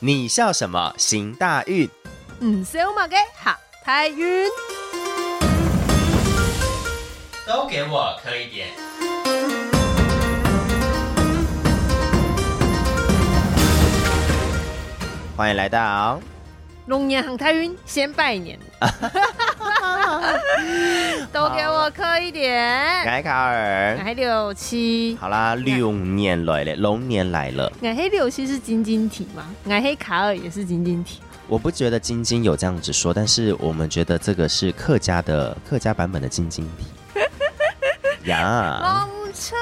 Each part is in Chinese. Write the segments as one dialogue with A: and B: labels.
A: 你笑什么？行大运。
B: 唔少嘛嘅好太运。
A: 都给我磕一点。欢迎来到
B: 龙年行太运，先拜年。都给我磕一 点。
A: 改卡尔。
B: 俺六七，
A: 好啦，龙年来了，龙年来了。
B: 俺黑六七是晶晶体嘛？俺黑卡尔也是晶晶体。
A: 我不觉得晶晶有这样子说，但是我们觉得这个是客家的客家版本的晶晶体。 呀，
B: 龙车，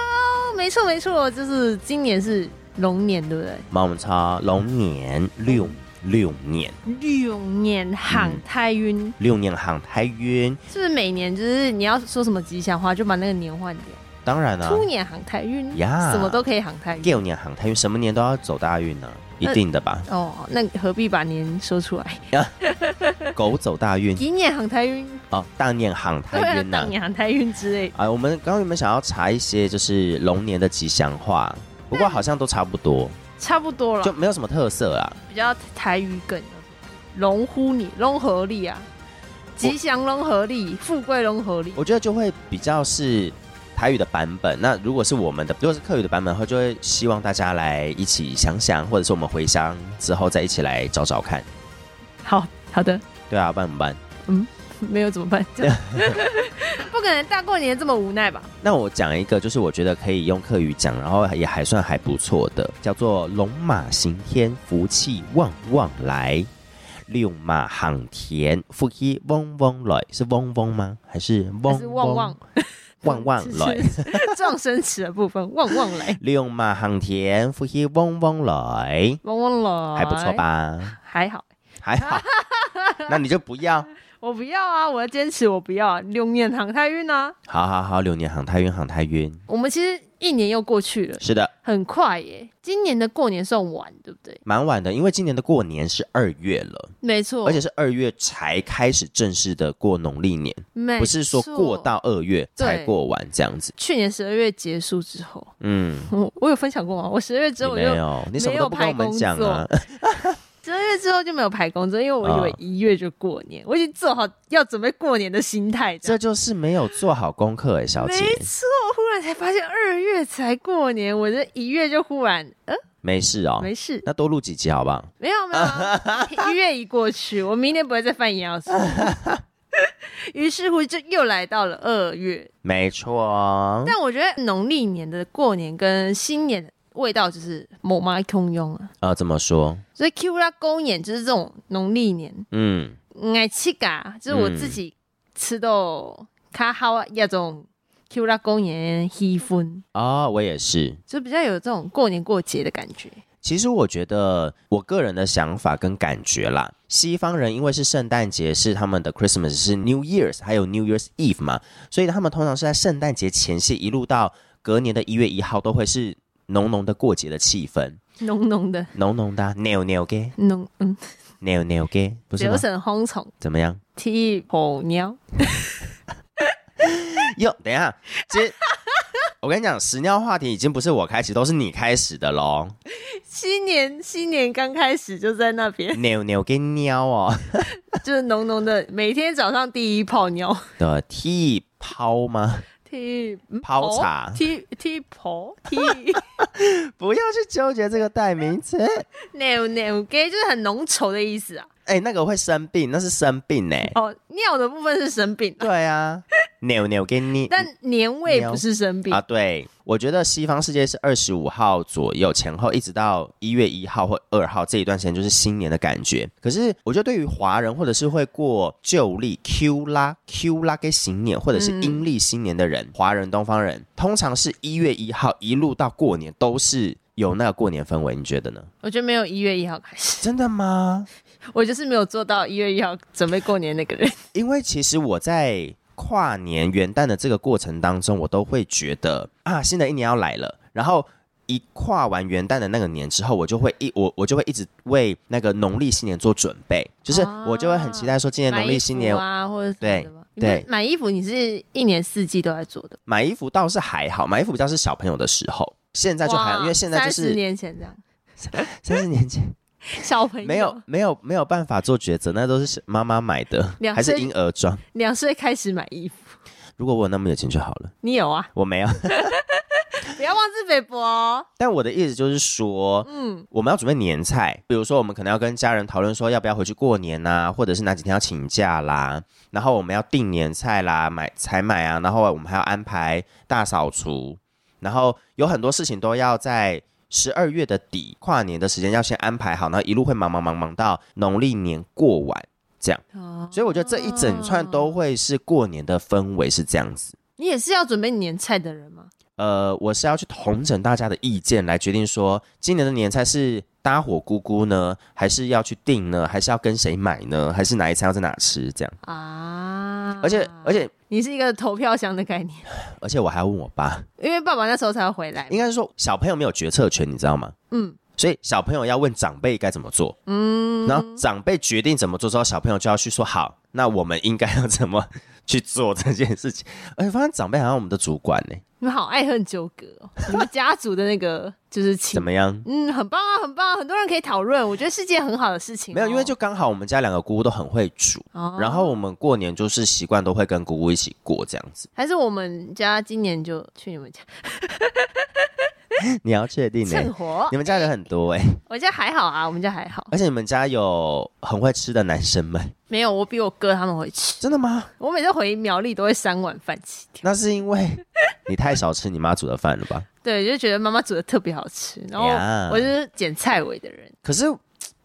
B: 没错没错，就是今年是龙年，对不对？
A: 帮我们抄龙年六六年
B: 六年行太运，
A: 六年行太冤。
B: 是不是每年就是你要说什么吉祥话，就把那个年换掉？
A: 当然啊啦、
B: 兔年行太运，
A: 嗯呀
B: 什么都可以行太运。
A: 六年行太运，什么年都要走大运呢、一定的吧？
B: 哦，那你何必把年说出来？
A: 狗走大运
B: 吉年行太运，
A: 哦，大年行
B: 对啊
A: 太，冤呐、
B: 当年行太运之类。
A: 啊，我们刚刚有没有想要查一些就是龙年的吉祥话？不过好像都差不多，
B: 差不多
A: 就
B: 了，
A: 没有什么特色啊啦。
B: 比较台语梗，龙呼你，龙合力啊，吉祥龙合力，富贵龙合力。
A: 我觉得就会比较是台语的版本。那如果是我们的，如果是客语的版本的话，就会希望大家来一起想想，或者是我们回乡之后再一起来找找看。
B: 好好的，
A: 对啊，不然怎么办？
B: 没有怎么办？这样 不可能大过年这么无奈吧？
A: 那我讲一个，就是我觉得可以用客语讲，然后也还算还不错的，叫做“龙马行天，福气旺旺来”。六马航天，福气嗡嗡来，是嗡嗡吗？还是
B: 还
A: 嗡
B: 是
A: 嗡
B: 旺旺
A: 旺旺 来？
B: 是撞生词的部分，旺旺来，
A: 六马航天，福气嗡嗡来，
B: 旺旺来，
A: 还不错？吧？
B: 还好，
A: 还 好，那你就不要。
B: 我不要啊！我要坚持，我不要啊六年航太运啊！
A: 好好好，流年航太运，航太运，
B: 我们其实一年又过去了，
A: 是的，
B: 很快耶！今年的过年算晚，对不对？
A: 蛮晚的，因为今年的过年是二月了，
B: 没错，
A: 而且是二月才开始正式的过农历年。
B: 没
A: 不是说过
B: 错
A: 到二月才
B: 对
A: 过完这样子。
B: 去年十二月结束之后，
A: 嗯，
B: 我我有分享过吗？我十二月之
A: 你
B: 后我
A: 没
B: 就
A: 有，你什么都不跟我们讲啊。
B: 十二月之后就没有排工作，因为我以为
A: 啊
B: 一月就过年，我已经做好要准备过年的心态。这
A: 这
B: 样
A: 就是没有做好功课哎、小
B: 没
A: 姐。
B: 错，忽然才发现二月才过年，我这一月就忽然呃
A: 没事哦，
B: 没事，
A: 那多录几集好不好？
B: 没有没 有，一月一过去，我明年不会再犯一样事。于是乎就又来到了二月，
A: 没错哦，
B: 但我觉得农历年的过年跟新年的味道就是某妈通用啊。
A: 呃，怎么说？
B: 所以 Q 拉公演就是这种农历年，
A: 嗯，
B: 爱吃嘎，就是我自己吃到卡好啊，那种 Q 拉公演气氛，
A: 哦，我也是。
B: 就比较有这种过年过节的感觉。
A: 其实我觉得，我个人的想法跟感觉啦，西方人因为是圣诞节是他们的 Christmas 是 New Year's，还有 New Year's Eve 嘛，所以他们通常是在圣诞节前夕一路到隔年的一月一号，都会是浓浓的过节的气氛。
B: 浓浓的
A: 浓浓的、啊、扭扭给
B: 浓，嗯，
A: 扭扭给，不是
B: 九
A: 吗？
B: 省烘虫
A: 怎么样？
B: 踢火鸟，
A: 哟，等一下，这我跟你讲，屎尿话题已经不是我开始，都是你开始的喽。
B: 新年新年刚开始就在那边，
A: 扭扭给尿哦
B: 就是浓浓的，每天早上第一泡尿，
A: 的踢抛吗？
B: 踢
A: 泡茶
B: 踢踢泡 踢。
A: 不要去纠结这个代名词。
B: 尿尿 gay 就是很浓稠的意思啊。
A: 哎、那个会生病，那是生病呢、
B: 哦，尿的部分是生病，
A: 对 啊，扭扭给你。
B: 但年味不是生病
A: 啊，。对，我觉得西方世界是二十五号左右前后，一直到一月一号或二号这一段时间，就是新年的感觉。可是我觉得对于华人，或者是会过旧历 Q 拉 Q 拉跟新年，或者是阴历新年的人，华人东方人，通常是一月一号一路到过年都是。有那个过年氛围，你觉得呢？
B: 我觉得没有一月一号开始，
A: 真的吗？
B: 我就是没有做到一月一号准备过年那个人。
A: 因为其实我在跨年元旦的这个过程当中，我都会觉得啊，新的一年要来了，然后。一跨完元旦的那个年之后，我就会一我我就会一直为那个农历新年做准备，就是
B: 啊
A: 我就会很期待说今 年
B: 买
A: 农
B: 衣
A: 历
B: 服
A: 新年
B: 啊，或者什么
A: 对
B: 的吗
A: 对
B: 买衣服你是一年四季都在做的，
A: 买衣服倒是还好，买衣服比较是小朋友的时候，现在就还好，
B: 哇
A: 因为现在就
B: 30
A: 是
B: 年前这样，
A: 三十年前，
B: 小朋友
A: 没有没有没有办法做抉择，那都是妈妈买的，
B: 两
A: 还是
B: 岁
A: 婴儿装。
B: 两岁开始买衣服，
A: 如果我有那么有钱就好了，
B: 你有啊？
A: 我没有。
B: 不要妄自菲薄哦。
A: 但我的意思就是说，嗯，我们要准备年菜，比如说我们可能要跟家人讨论说要不要回去过年呐、或者是哪几天要请假啦，然后我们要订年菜啦，买采买啊，然后我们还要安排大扫除，然后有很多事情都要在十二月的底跨年的时间要先安排好，然后一路会忙忙忙忙到农历年过完。
B: 哦，
A: 所以我觉得这一整串都会是过年的氛围是这样子。
B: 你也是要准备年菜的人吗？
A: 呃，我是要去统整大家的意见来决定说，今年的年菜是搭伙姑姑呢，还是要去订呢，还是要跟谁买呢，还是哪一餐要在哪吃这样。
B: 啊，
A: 而且、而且
B: 你是一个投票箱的概念，
A: 而且我还要问我爸，
B: 因为爸爸那时候才回来。
A: 应该是说小朋友没有决策权，你知道吗？
B: 嗯
A: 所以小朋友要问长辈该怎么做，
B: 嗯，
A: 然后长辈决定怎么做之后，小朋友就要去说好，那我们应该要怎 么去做这件事情。而且发现长辈好像我们的主管呢、
B: 你们好爱恨纠葛哦，你们家族的那个就是情
A: 怎，么样？
B: 嗯，很棒啊，很棒、啊，很多人可以讨论，我觉得是件很好的事情哦、
A: 没有，因为就刚好我们家两个姑姑都很会煮，
B: 哦
A: 然后我们过年就是习惯都会跟姑姑一起过这样子。
B: 还是我们家今年就去你们家
A: 你要确定呢、
B: 趁火
A: 你，们家人很多哎、
B: 我家还好啊，我们家还好，
A: 而且你们家有很会吃的男生们，
B: 没有我比我哥他们会 吃，
A: 真的吗？
B: 我每次回苗栗都会三碗饭起跳，
A: 那是因为你太少吃你妈煮的饭了吧？
B: 对，就觉得妈妈煮的特别好吃，然后
A: 呀
B: 我就是捡菜尾的人，
A: 可是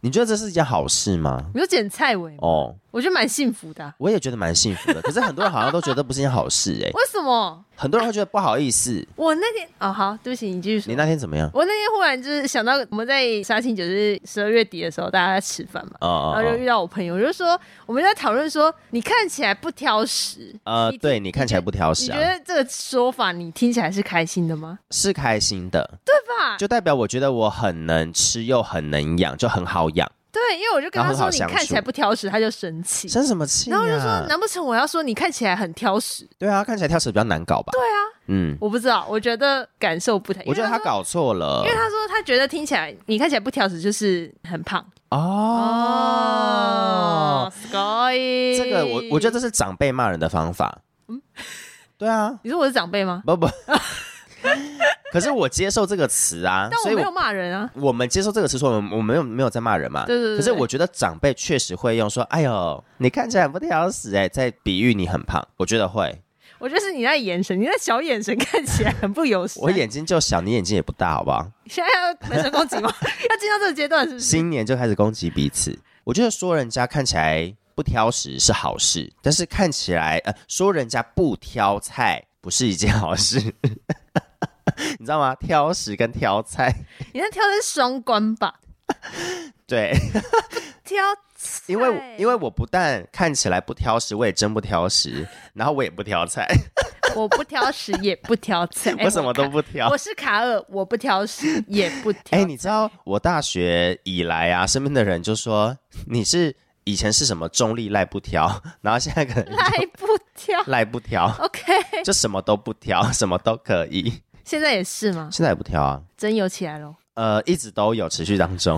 A: 你觉得这是一件好事吗？
B: 你说捡菜尾吗，
A: 哦，
B: 我觉得蛮幸福的啊、
A: 我也觉得蛮幸福的。可是很多人好像都觉得不是一件好事 哎、
B: 为什么？
A: 很多人会觉得不好意思。
B: 我那天哦，好，对不起，你继续说
A: 你。那天怎么样？
B: 我那天忽然就是想到，我们在杀青酒是十二月底的时候，大家在吃饭嘛，
A: 哦哦
B: 然后就
A: 哦，
B: 遇到我朋友，我就说我们在讨论说，你看起来不挑食，
A: 呃
B: 你，
A: 对你看起来不挑
B: 你
A: 食
B: 觉
A: 啊，
B: 得这个说法你听起来是开心的吗？
A: 是开心的，
B: 对吧？
A: 就代表我觉得我很能吃又很能养，就很好养。
B: 对，因为我就跟
A: 然后
B: 他
A: 很
B: 说
A: 好
B: 你
A: 相
B: 看起
A: 处
B: 来不挑食，他就生气。
A: 生什么气、啊呀？
B: 然后我就说，难不成我要说你看起来很挑食？
A: 对啊，看起来跳绳比较难搞吧？对啊，嗯，
B: 我不知道，我觉得感受不太。
A: 我觉得
B: 因为
A: 他
B: 说，
A: 搞错了
B: 因为他说他觉得听起来你看起来不挑食就是很胖
A: 哦。
B: s c o y
A: 这个我我觉得这是长辈骂人的方法。嗯， 对啊，
B: 你说我是长辈吗？
A: 不 不，可是我接受这个词啊，
B: 但
A: 所以
B: 我没有
A: 我。
B: 骂人啊。
A: 我们接受这个词，说我们我没有没有在骂人嘛。
B: 对对对对
A: 可是我觉得长辈确实会用说：“哎呦，你看起来不挑食哎、在比喻你很胖。”我觉得会，
B: 我觉得是你那眼神，你那小眼神看起来很不友善。
A: 我眼睛就小，你眼睛也不大，好不好？
B: 现在要人身攻击吗？ 要进到这个阶段是不是？
A: 新年就开始攻击彼此。我觉得说人家看起来不挑食是好事，但是看起来呃说人家不挑菜不是一件好事， 你知道吗？挑食跟挑菜，
B: 你那挑的是双关吧？
A: 对，
B: 挑菜，
A: 因为因为我不但看起来不挑食，我也真不挑食，然后我也不挑菜，，
B: 我不挑食，也不挑菜
A: 我什么都不挑
B: 哎我。是卡尔，我不挑食，也不挑。
A: 哎、你知道我大学以来啊，身边的人就说 你是以前是什么中立赖不挑，然后现在可能
B: 来不挑
A: 赖不挑。
B: ，OK，
A: 就什么都不挑， 什么都可以。
B: 现在也是吗？
A: 现在也不挑啊，
B: 真有起来喽，
A: 呃，一直都有持续当 中，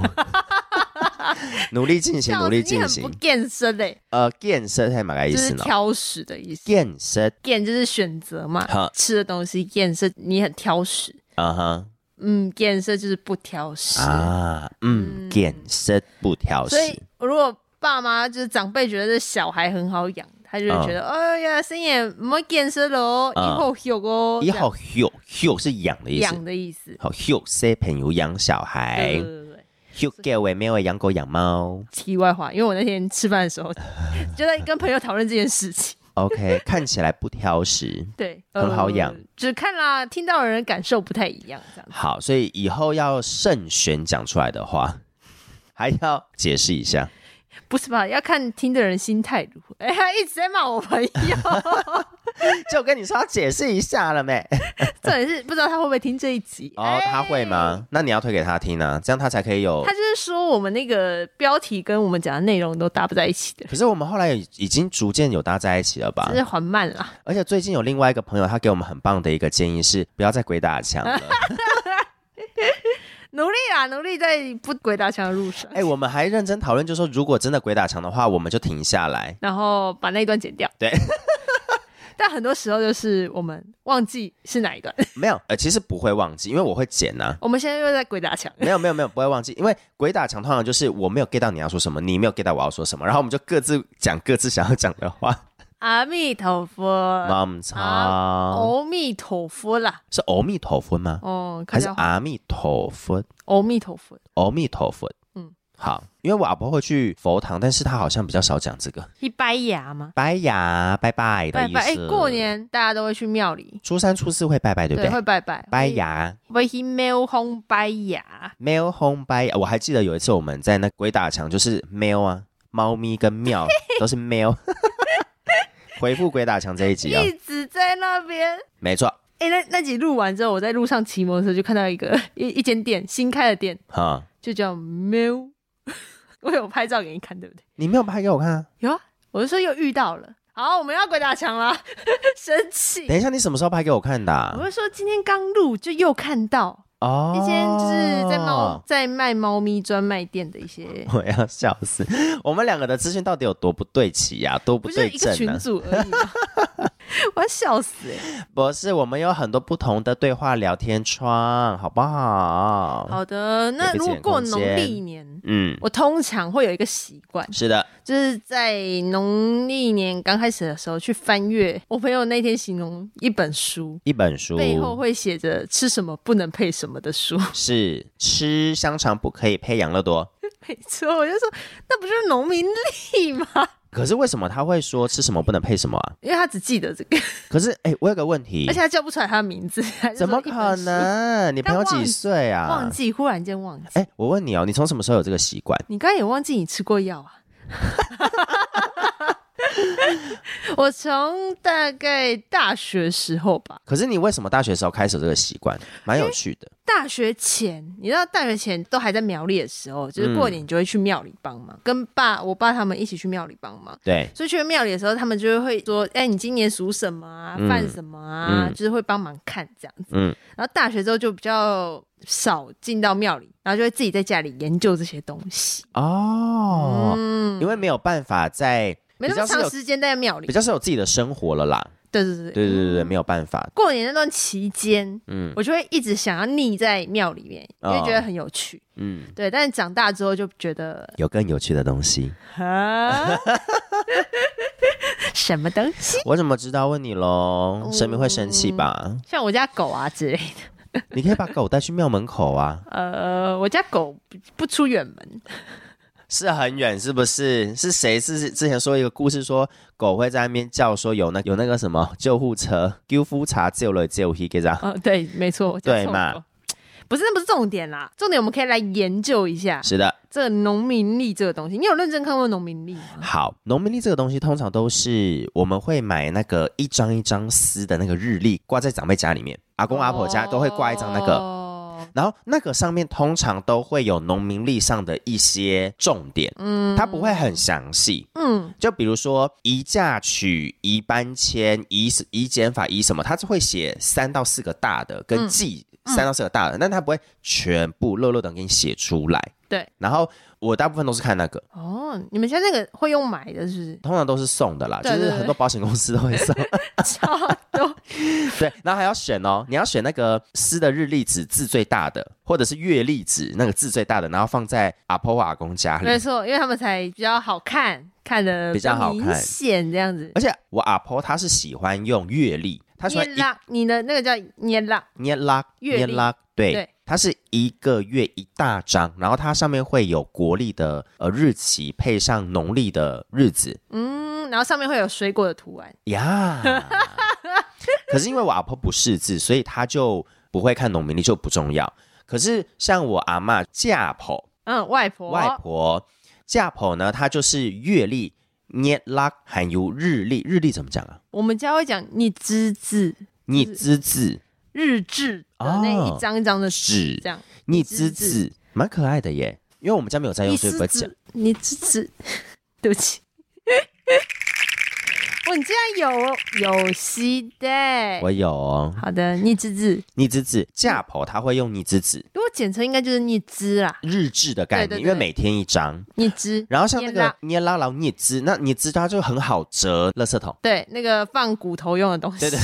A: 努力进行，努力进
B: 你很不
A: 行。
B: 健身嘞，
A: 呃，健身还蛮个意
B: 就
A: 思
B: 是
A: 呢。
B: 挑食的意思。
A: 健身，
B: 健就是选择嘛
A: 好，
B: 吃的东西健是你很挑食，
A: 啊哈
B: 嗯，健身就是不挑食。
A: 啊，嗯，健身不挑食
B: 所，以如果爸妈就是长辈觉得这小孩很好养，他就会觉得，哎呀，生也没健身了哦，
A: 嗯
B: 以后有哦，
A: 以后 h u 是养的
B: 这
A: 意
B: 样
A: 思哎
B: 养。嗯的意思。
A: 好 h u 小朋友养小孩
B: 对对对对对
A: ，h u 给为没有养狗养猫。
B: 题外话，因为我那天吃饭的时候 就在跟朋友讨论这件事情，
A: OK，看 起来不挑食。
B: 对，
A: 很好养
B: 呃，只看啦，听到的人感受不太一样，这样子。
A: 好，所以以后要慎选讲出来的话，还要解释一下。
B: 不是吧？要看听的人心态如何。哎、 他一直在骂我朋友，
A: 就跟你说要解释一下了没？
B: 重点是不知道他会不会听这一集。
A: 哦，他会吗？那你要推给他听啊，这样他才可以有
B: 他。就是说我们那个标题跟我们讲的内容都搭不在一起的，
A: 可是我们后来已已经逐渐有搭在一起了吧
B: 只？是缓慢啦。
A: 而且最近有另外一个 朋友，他给我们很棒的一个建议是，不要再鬼打墙了。
B: 努力啦，努力在不鬼打墙的路上
A: 哎、，我们还认真讨论，就说如果真的鬼打墙的话，我们就停下 来。
B: 然后把那一段剪掉。
A: 对，
B: 但很多时候就是我们忘记是哪一段。
A: 没有，呃，其实不会忘记，因为我会剪呐、
B: 我们现在又在鬼打墙，
A: 没有没有没有，不会忘记，因为鬼打墙通常就是我没有 get 到你要说什么，你没有 get 到我要说什么，然后我们就各自讲各自想要讲的 话。
B: 阿弥陀佛，
A: 妈咪
B: 啊
A: 操，
B: 阿弥陀佛啦。
A: 是阿弥陀佛吗？
B: 哦，
A: 还
B: 看
A: 是
B: 到
A: 阿弥陀佛？
B: 阿弥陀佛，
A: 阿弥陀佛。嗯
B: 嗯，
A: 好，因为我阿婆会去佛堂，但是她好像比较少讲这个。
B: 一掰牙吗？
A: 拜呀，拜拜的
B: 拜
A: 意思。
B: 拜，哎，过年大家都会去庙里，
A: 初三初四会拜拜，对不对？
B: 会拜拜，
A: 拜呀。
B: 会去庙空拜牙，
A: 喵轰拜，我还记得有一次我们在那鬼打墙，就是喵啊，猫咪跟 喵都是喵。回复鬼打墙这一集啊，
B: 一直在那边。
A: 没错
B: 哎、那那集录完之后，我在路上骑摩托车就看到一个 一一间店，新开的店，
A: 哈、
B: 就叫 Mill。我有拍照给你看，对不对？
A: 你没有拍给我看啊？
B: 有啊，我就说又遇到了。好，我们要鬼打墙啦， 生气。
A: 等一下，你什么时候拍给我看的啊、
B: 我就说今天刚录就又看到
A: 哦，
B: 一间就是在猫、在卖猫咪专卖店的一些，
A: 我要笑死！我们两个的资讯到底有多不对齐呀、多
B: 不是
A: 对啊
B: 一个
A: 症
B: 群
A: 呢、
B: 组而已吗？ 我要笑死哎、
A: 不是，我们有很多不同的对话聊天窗，好不好？
B: 好的，那
A: 给自己
B: 如果
A: 点
B: 过
A: 空
B: 农
A: 间
B: 历年，
A: 嗯，
B: 我通常会有一个习惯，
A: 是的，
B: 就是在农历年刚开始的时候去翻阅。我朋友那天形容一本书。
A: 一本书
B: 背后会写着吃什么不能配什么的书，
A: 是吃香肠不可以配养乐多。
B: 没错，我就说那不就是农民历吗？
A: 可是为什么他会说吃什么不能配什么啊？
B: 因为他只记得这个，
A: 可是哎、我有个问题
B: 而且，他叫不出来他的名字，他就说
A: 怎么
B: 一本
A: 可
B: 书？
A: 能？你朋友几岁啊
B: 忘？记，忽然间忘记。
A: 哎、我问你哦，你从什么时候有这个习惯？
B: 你刚刚也忘记你吃过药啊？ 我从大概大学时候吧，
A: 可是你为什么大学时候开始有这个习惯？蛮有趣的。
B: 大学前，你知道大学前都还在苗栗的时候，
A: 嗯
B: 就是过年就会去庙里帮忙，跟爸我爸他们一起去庙里帮忙。
A: 对，
B: 所以去庙里的时候，他们就会说：“哎、你今年属什么啊？
A: 嗯
B: 犯什么啊？”
A: 嗯
B: 就是会帮忙看这样子。
A: 嗯，
B: 然后大学之后就比较少进到庙里，然后就会自己在家里研究这些东西。
A: 哦，
B: 嗯，
A: 因为没有办法在
B: 没那
A: 比较
B: 么
A: 是有
B: 长时间待在庙里
A: 比。较是有自己的生活了啦。
B: 对对对
A: 对对对对，没有办法。
B: 过年那段期间，
A: 嗯哦
B: 我就会一直想要腻在庙里面，因为觉得很有趣。
A: 嗯，
B: 对，但是长大之后就觉得
A: 有更有趣的东西，
B: 啊， 什么东西？
A: 我怎么知道？问你喽，神明会生气吧？
B: 像我家狗啊之类的。
A: 你可以把狗带去庙门口啊，
B: 呃，我家狗不不出远门，
A: 是很远是不是？是谁？是之前说一个故事说，狗会在那边叫，说有那有那个什么救护车，救护车救了救黑，给这样。
B: 哦，对，没错，我家
A: 对
B: 臭
A: 嘛
B: 狗？不是，那不是重点啦，重点我们可以来研究一下
A: 是的，
B: 这个农民历这个东西。你有认真看过农民历吗？
A: 好，农民历这个东西通常都是我们会买那个一张一张撕的那个日历，挂在长辈家里面，阿公阿婆家都会挂一张那个。
B: 哦
A: 然后那个上面通常都会有农民历上的一些重点，嗯，它不会很详细，
B: 嗯，
A: 就比如说移嫁娶、移搬迁、移移减法、移什么，它是会写三到四个大的
B: 嗯
A: 跟记三到四个大的，但它不会全部漏漏的给你写出来。
B: 对，
A: 然后我大部分都是看那个，
B: 哦，你们家那个会用买的，是
A: 通常都是送的啦，
B: 对
A: 就
B: 对
A: 是
B: 对
A: 很多保险公司都会 送。
B: 不是？超多，
A: 对，然后还要选哦，你要选那个撕的日历纸字最大的，或者是月历纸那个字最大的，然后放在阿婆阿公家里
B: 没。错，因为他们才比较好看，看的
A: 比较好看
B: 明显这样子。
A: 而且我阿婆她是喜欢用月历，她喜欢
B: 捏
A: 一
B: 拉，你的那个叫捏拉，
A: 捏拉
B: 月
A: 捏
B: 历
A: 拉，对
B: 对，
A: 它是一个月一大张，然后它上面会有国历的呃日期配上农历的日子
B: 嗯，然后上面会有水果的图案，
A: 呀。 可是因为我阿婆不识字，所以她就不会看农民历，就不重要。可是像我阿嬷嫁婆，
B: 嗯，外婆，
A: 外婆嫁婆呢，她就是月历、捏拉还有日历。日历怎么讲啊？
B: 我们家会讲你之字，
A: 你之字，
B: 日志的那
A: 哦
B: 一张一张的
A: 纸
B: 这样，
A: 你哎之
B: 之字
A: 字，蛮可爱的耶。因为我们家没有在用，
B: 你
A: 所以不会
B: 之
A: 讲。
B: 子，你之子，对不起，哇，你竟然有有西的。
A: 我有哦，
B: 好的，逆之字，
A: 逆之子架婆他会用逆之子
B: 如果简称应该就是逆之啦，
A: 日志的概念，
B: 对对对
A: 因为每天一张。
B: 逆之。
A: 然后像那
B: 捏
A: 个
B: 拉
A: 捏拉劳聂兹，那聂兹它就很好折垃圾桶，
B: 对，那个放骨头用的东西，
A: 对对，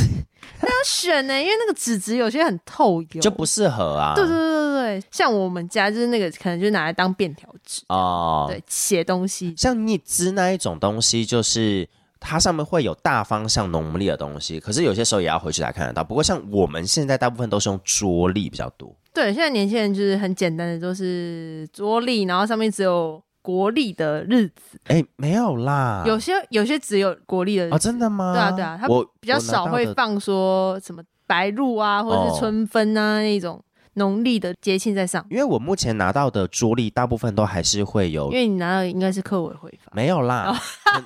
B: 要选呢、因为那个纸质有些很透油，
A: 就不适合啊。
B: 对对对对对，像我们家就是那个可能就拿来当便条纸，
A: 哦，
B: 对，写东西，
A: 像聂兹那一种东西，就是它上面会有大方向农历的东西，可是有些时候也要回去才看得到。不过像我们现在大部分都是用桌历比较多，
B: 对，现在年轻人就是很简单的，就是桌历，然后上面只有国历的日子，
A: 哎，没有啦，
B: 有些有些只有国历的日子，
A: 哦，真的吗？
B: 对啊对啊它
A: 我
B: 比较
A: 我拿
B: 少
A: 到
B: 会
A: 的
B: 放说什么白露啊，或者
A: 哦
B: 是春分啊、那种农历的节庆在上，
A: 因为我目前拿到的桌历大部分都还是会有
B: 因为你哦拿到应该是客委会发，
A: 没有啦，很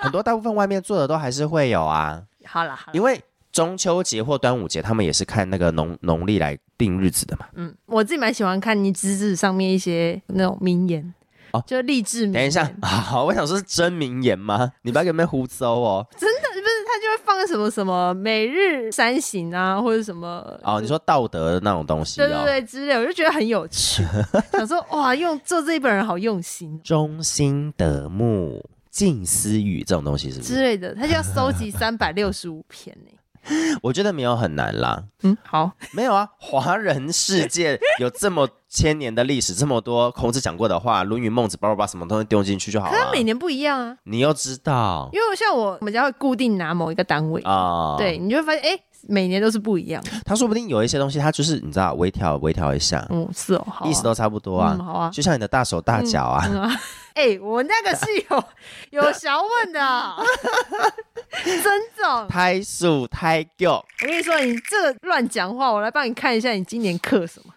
A: 很多大部分外面做的都还是会有啊，
B: 好啦好啦，
A: 因为中秋节或端午节他们也是看那个农农历来定日子的嘛。
B: 嗯，我自己蛮喜欢看你纸质上面一些那种名言，
A: 哦
B: 就励志名言，
A: 等一 下，好，我想说是真名言吗？你不要给那边胡诌哦。
B: 他就会放什么什么每日三省啊，或者什么
A: 哦，你说道德的那种东西
B: 对对
A: 哦。
B: 对之类，我就觉得很 有趣，想说哇，用做这一本人好用心哦
A: 中心得目，近思语这种东西是不是？
B: 哦之类的，他就要 收集三百六十五篇呢。
A: 我觉得没有很难啦。
B: 嗯，好，
A: 没有啊，华人世界有这么千年的历史，这么多孔子讲过的话，《论语》《孟子》叭叭叭，什么东西丢进去就好
B: 可
A: 了
B: 他
A: 啊。
B: 每年不一样啊，
A: 你又知道
B: 因为像我我们家会固定拿某一个单位，
A: 啊？
B: 对，，你就会发现哎、诶每年都是不一 样。
A: 他说不定有一些东西，他就是你知道，微调微调一下，
B: 嗯，是哦，好啊、
A: 意思都差不多啊。
B: 嗯 好啊。
A: 就像你的大手大脚啊，
B: 嗯啊，哎、我那个是有 有小问 的啊，曾总，
A: 胎数胎够，
B: 我跟你说，你这个乱讲话，我来帮你看一下你今年克什么？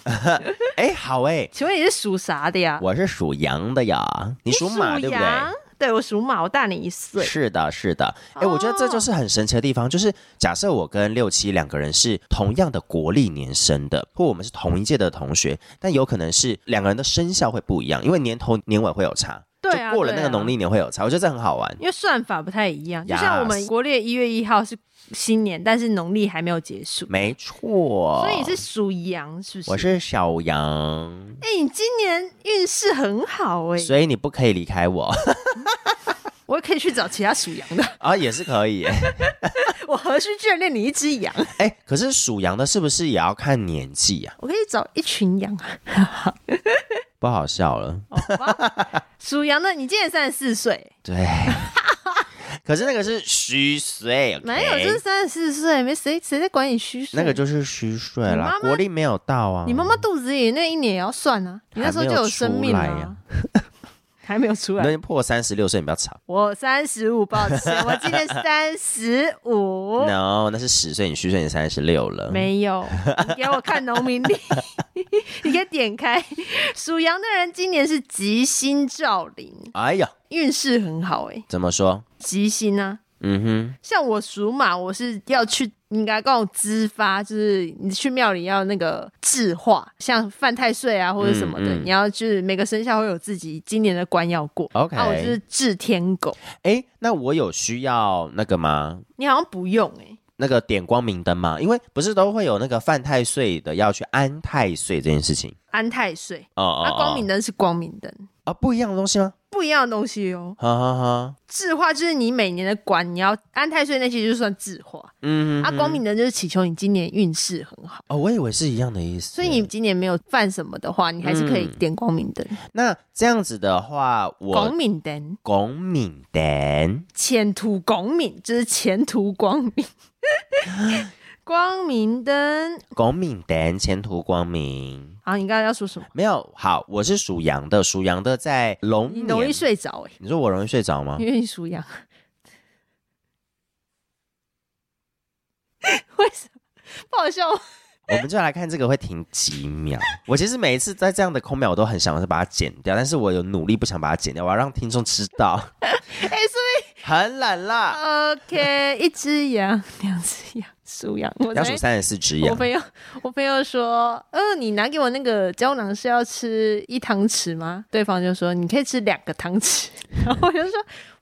A: 哎，好哎，
B: 请问你是属啥的呀？
A: 我是属羊的呀，你属马对不
B: 羊
A: 对？？
B: 对，我属马，我大你一岁。
A: 是的，是的。
B: 哦
A: 哎，我觉得这就是很神奇的地方，就是假设我跟六七两个人是同样的国历年生的，或我们是同一届的同学，但有可能是两个人的生肖会不一样，因为年头年尾会有差，
B: 对啊，
A: 就过了那个
B: 对啊
A: 农历年会有差，我觉得这很好玩。
B: 因为算法不太一样，就
A: Yes
B: 像我们国历一月一号是新年，但是农历还没有结束，
A: 没错，
B: 所以你是属羊，是不是？
A: 哦我。是小羊，
B: 哎、你今年运势很好哎、
A: 所以你不可以离开我
B: 我也可以去找其他属羊的，
A: 啊，也是可以。
B: 我何须眷恋你一只 羊？
A: 哎、可是属羊的是不是也要看年纪呀、
B: 我可以找一群羊啊。
A: 不好笑了，
B: 好吧哦属羊的，你今年三十四岁，
A: 对。 可是那个是虚岁，OK，
B: 没有，就是三十四岁，没谁谁在管你虚岁。
A: 那个就是虚岁
B: 你妈
A: 啦
B: 妈，
A: 国力没有到啊。
B: 你妈妈肚子里那一年也要算啊，你那时候就有生命
A: 还没有
B: 啊， 还没有出
A: 那。你破三十六岁，你不要吵。
B: 我三十五，抱歉，我今年三十五，
A: no，那是十岁，你虚岁你三十六了。
B: 哦没有。你给我看农民历， 你可以点开。属羊的人今年是吉星照临，
A: 哎呀，
B: 运势很好哎、
A: 怎么说？
B: 吉星啊。
A: 嗯
B: 像我属马，我是要去应该告资发，就是你去庙里要那个制化，像犯太岁啊或者什么的，
A: 嗯嗯哦
B: 你要就是每个生肖会有自己今年的官要过。
A: OK
B: 啊，我就是治天狗，
A: 哼，哎，那我有需要那个吗？
B: 你好像不用哎、
A: 那个点光明灯吗？因为不是都会有那个犯太岁的要去安太岁这件事情。
B: 安太岁。
A: 哦哦，
B: 啊，光明
A: 灯
B: 灯是光明灯，
A: 啊，不一样的东西吗？
B: 不一样的东西哦。
A: 哈哈哈，
B: 制化就是你每年的官，你要安太岁那些就算制化，
A: 嗯哼
B: 啊，光明灯就是祈求你今年运势很好。
A: 哦，我以为是一样的意思。
B: 所以你今年没有犯什么的话，你还是可以点光明灯。
A: 那这样子的话，
B: 光
A: 嗯我
B: 明灯。
A: 拱敏灯
B: 前途光明，就是前途光明， 光明灯。
A: 拱敏灯前途光明。
B: 好，你刚刚要说什么？
A: 没有好，我是属羊的，属羊的在龙
B: 你
A: 年。
B: 容易睡着哎、
A: 你说我容易睡着吗？
B: 因为你属羊。 为什么？不好笑吗？
A: 我们就来看这个会停几秒。我其实每一次在这样的空秒，我都很想是把它剪掉，但是我有努力不想把它剪掉，我要让听众知道
B: 哎、所
A: 很懒啦。
B: 以 OK，一只羊，两只羊，属羊。我
A: 要
B: 昨
A: 数
B: 天
A: 三十四只
B: 我
A: 羊，
B: 朋友，我朋友说，呃，你拿给我那个胶囊是要吃一汤匙吗？对方就 说你可以吃两个汤匙，然后我就说，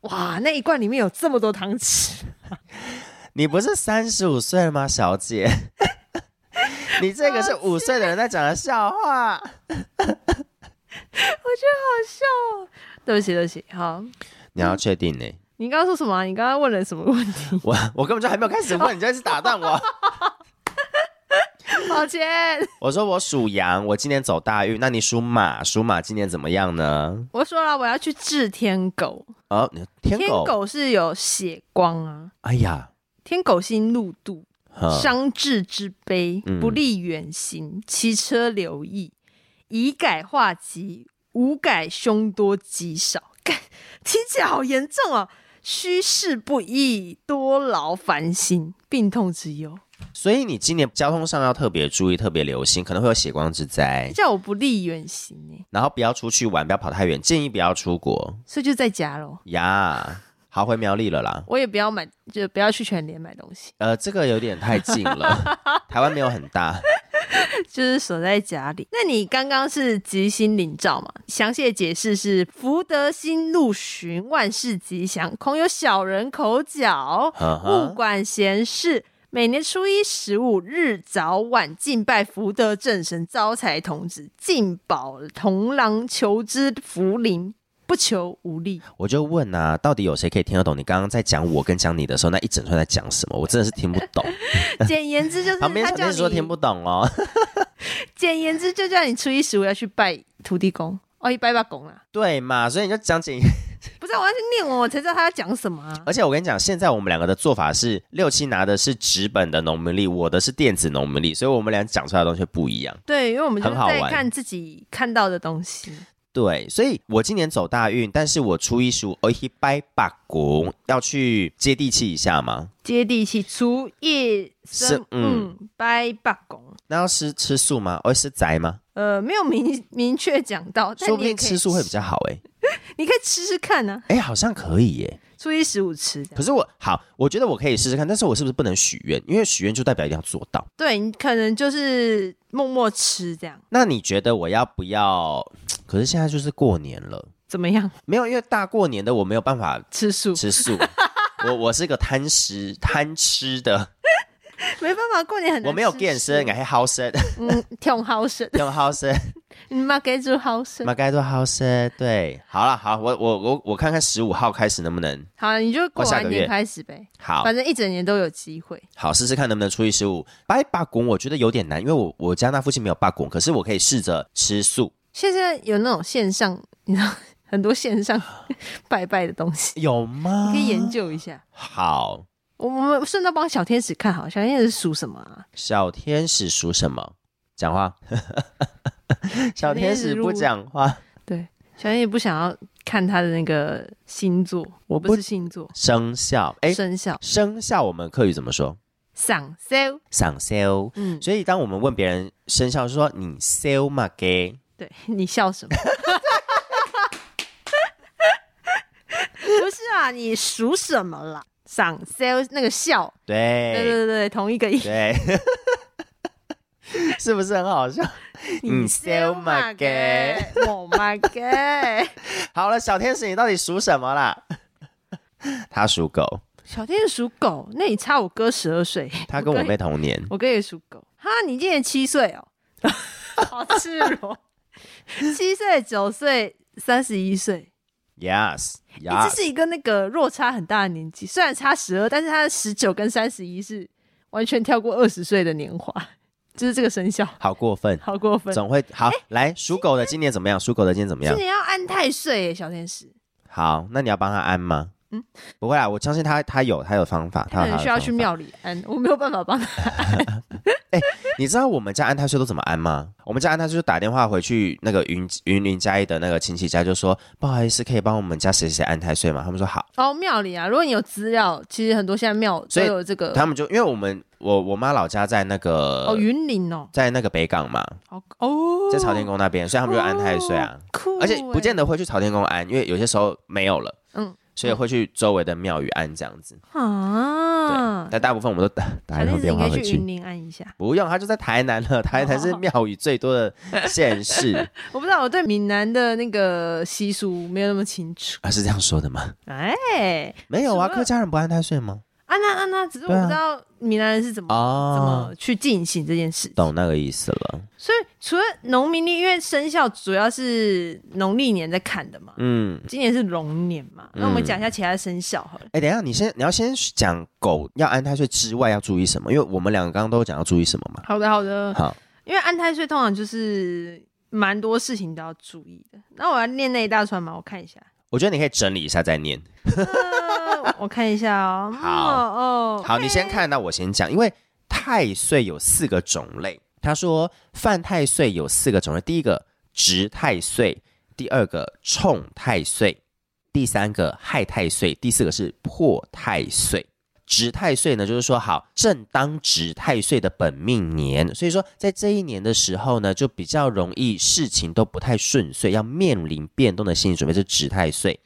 B: 哇，那一罐里面有这么多汤匙，
A: 你不是三十五岁了吗，小 姐？你这个是五岁的人在讲的笑话。
B: 对不起，对不起，好，
A: 你要确定呢、
B: 你刚刚说什么啊、你刚刚问了什么问题？
A: 我 我根本就还没有开始 问，你就一直打断我。
B: 抱歉，
A: 我说我属羊，我今年走大运，那你属马，属马今年怎么样呢？
B: 我说了我要去治天狗，
A: 哦，你天
B: 天
A: 狗，
B: 狗是有血光啊，
A: 哎呀，
B: 天狗心路妒，
A: 哼
B: 伤志之悲
A: 嗯，
B: 不利远行，骑车留意，以改化疾，无改凶多吉少。干，听起来好严重哦。虚事不易，多劳烦心，病痛之忧，
A: 所以你今年交通上要特别注意，特别留心，可能会有血光之灾，
B: 叫我不利远行呢，
A: 然后不要出去玩，不要跑太远，建议不要出国
B: 所以就在家咯。
A: 呀。好，回苗栗了啦。
B: 我也不要买，就不要去全联买东西，
A: 呃，这个有点太近 了，台湾没有很大。
B: 就是锁在家里。那你刚刚是吉星领照嘛？详细的解释是：福德星入巡，万事吉祥，恐有小人口角，
A: 嗯
B: 勿
A: 哼
B: 管闲事。每年初一、十五日早晚敬拜福德正神，招财童子，进宝同郎，求之福灵，不求无 力。
A: 我就问啊，到底有谁可以听得懂你刚刚在讲我跟讲你的时候那一整串在讲什么？我真的是听不 懂。
B: 简言之就是，
A: 旁边
B: 他
A: 小
B: 叫
A: 编说
B: 你
A: 听不懂哦。
B: 简言之，就叫你初一十五要去拜土地公，哦，一拜拜公啦。
A: 对嘛，所以你就讲
B: 嗯
A: 解。
B: 不是，我要去念哦完，我才知道他要讲什么、啊。
A: 而且我跟你讲，现在我们两个的做法是，六七拿的是纸本的农民历，我的是电子农民历，所以我们俩讲出来的东西不一样。
B: 对，因为我们就是
A: 很好
B: 在
A: 玩
B: 看自己看到的东西。
A: 对，所以我今年走大运，但是我初一十五哦，一拜八国要去接地气一下嘛。
B: 接地气，初一
A: 是
B: 生嗯拜拜公。
A: 那要吃吃素吗？哦，是宅吗？
B: 呃，没有明明确讲到，但
A: 说不
B: 你也
A: 定
B: 可以
A: 吃素会比，较好哎、
B: 你可以吃吃看啊。
A: 哎，好像可以耶。
B: 初一十五吃
A: 可
B: 的，
A: 是我好，我觉得我可以试试看，但是我是不是不能许愿？因为许愿就代表一定要做到。
B: 对你可能就是默默吃这样，
A: 那你觉得我要不要？可是现在就是过年了，
B: 怎么样？
A: 没有，因为大过年的我没有办法
B: 吃素
A: 吃素。我我是个贪食贪吃的，
B: 没办法，过年很难
A: 我没有
B: 吃
A: 健身，
B: 素
A: 我还好身，
B: 嗯，挺好生，
A: 用好身，
B: 你妈给煮好生。
A: 马该做好身。对，好了，好，我我我我看看十五号开始能不能
B: 好，你就过
A: 或下
B: 完
A: 个
B: 年
A: 月
B: 开始呗，
A: 好
B: 反正一整年都有机会。
A: 好试试看能不能初一十五白把滚，我觉得有点难，因为我我家那附近没有罢滚，可是我可以试着吃素。
B: 现在有那种线上，你知道很多线上 拜拜的东西，
A: 有吗？
B: 可以研。究一下。
A: 好，
B: 啊我我们顺道帮小天使看好，小天使属什么、啊？
A: 小天使属什么？讲话。 小天使不讲话，
B: 对，小天使不想要看他的那个星座，
A: 我
B: 不
A: 不
B: 是星座，
A: 生肖。哎，
B: 生肖
A: 生肖我们客语怎么说？
B: 上 sale。
A: 上肖。
B: 嗯，
A: 所以当我们问别人生肖，就说你 sell 嘛 gay，
B: 对你笑什么？ 不是啊，你属什么啦？上 sale 那个笑，对
A: 对
B: 对对哎对，同一个音。
A: 对， 是不是很好笑？
B: 嗯
A: 你 sell 嘛 gay。
B: 我 my god！
A: 好了，小天使，你到底属什么啦？他属狗，
B: 小天使属狗，那你差我哥十二 岁。
A: 他跟我
B: 哥
A: 妹同年。
B: 我哥也属狗。哈，你今年七岁哦， 好赤裸。 七岁、九岁、三十一岁，
A: Yes,
B: 你、这
A: yes，
B: 是一个那个落差很大的年纪。虽然差十二，但是他的十九跟三十一是完全跳过二十岁的年华， 就是这个生肖，
A: 好过分，
B: 好过分。
A: 总会好来属狗的今年怎么样？属狗的今年怎么
B: 今
A: 样？
B: 年要安太岁耶，小天使，
A: 好，那你要帮他安吗？
B: 嗯
A: 嗯，不会啊，我相信他，他有他有方法，他
B: 他可
A: 有他
B: 能
A: 的
B: 需要
A: 方
B: 去
A: 法。
B: 庙里安，我没有办法帮他。
A: 你知道我们家安太岁都怎么安吗？我们家安太岁就打电话回去那个云云林嘉义的那个亲戚家，就说不好意思，可以帮我们家谁谁谁安太岁吗？他们说好，
B: 哦，庙里啊，如果你有资料，其实很多现在庙都
A: 所以
B: 有这个。
A: 他们就因为我们我我妈老家在那个、
B: 呃哦，云林哦，
A: 在那个北港嘛，
B: 好哦，
A: 在朝天宫那边，所以他们就安太岁啊。
B: 酷欸，
A: 而且不见得会去朝天宫安，因为有些时候没有了，
B: 嗯
A: 所以会去周围的庙宇安这样子。
B: 啊。
A: 但大部分我们都打打
B: 小
A: 一通
B: 天使
A: 电
B: 应
A: 话
B: 该
A: 回
B: 去
A: 去
B: 云。林按一下，
A: 不用，他就在台南了。 台南是庙宇最多的县市
B: 我不知道我对闽南的那个习俗没有那么清楚。
A: 啊，是这样说的吗？
B: 哎，
A: 没有啊，
B: 什么
A: 客家人不安太岁吗？
B: 啊，那那那，只是我
A: 对啊
B: 不知道闽南人是怎么、怎
A: 哦
B: 么，去进行这件事。
A: 懂那个意思了。
B: 所以除了农民历，因为生肖主要是农历年在看的嘛，
A: 嗯，
B: 今年是龙年嘛，那我们
A: 嗯
B: 讲一下其他的生肖好了。
A: 哎，等一下，你先你要先讲狗要安胎税之外要注意什么，因为我们两个刚刚都有讲要注意什么嘛。
B: 好的，好的。
A: 好，
B: 因为安胎税通常就是蛮多事情都要注意的。那我要念那一大串吗？我看一下，
A: 我觉得你可以整理一下再念。
B: 呃 我看一下哦。嗯
A: 好
B: 哦，
A: 好，你先看，那我先讲，因为太岁有四个种类。他说犯太岁有四个种类，第一个值太岁，第二个冲太岁，第三个害太岁，第四个是破太岁。值太岁呢，就是说好正当值太岁的本命年，所以说在这一年的时候呢，就比较容易事情都不太顺遂，要面临变动的心理准备是值太岁。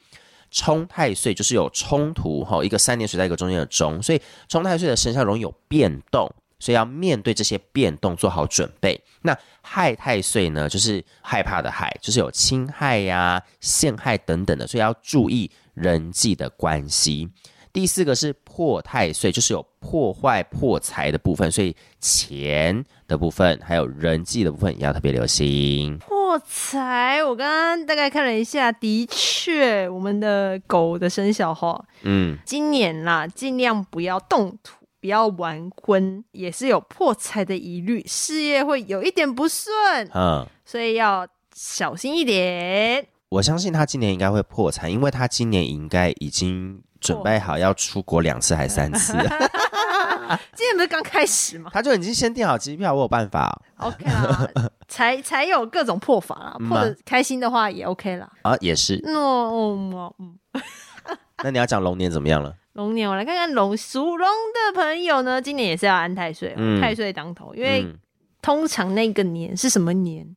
A: 冲太岁就是有冲突哈，一个三点水在一个中间的中，所以冲太岁的生肖容易有变动，所以要面对这些变动做好准备。那害太岁呢，就是害怕的害，就是有侵害呀、陷害等等的，所以要注意人际的关系。第四个是破太岁，就是有破坏破财的部分，所以钱的部分还有人际的部分也要特别留心。
B: 破财，我刚刚大概看了一下，的确，我们的狗的生肖哈，
A: 嗯，
B: 今年啦，尽量不要动土。不要玩婚，也是有破财的疑虑，事业会有一点不顺，
A: 嗯。
B: 所以要小心一点。
A: 我相信他今年应该会破产，因为他今年应该已经准备好要出国两次还三次，
B: 今年不是刚开 始吗？
A: 他就已经先订好机票，我有办法
B: OK 啦，才才有各种破法啦，
A: 嗯
B: 破
A: 啊
B: 的开心的话也 OK 啦。
A: 啊，也 是。
B: 那哦嗯哦嗯，
A: 那你要讲龙年怎么样了？
B: 龙年我来看看龙属龙的朋友呢，今年也是要安太岁哦，
A: 嗯
B: 太岁当头，因为
A: 嗯、
B: 通常那个年是什么年，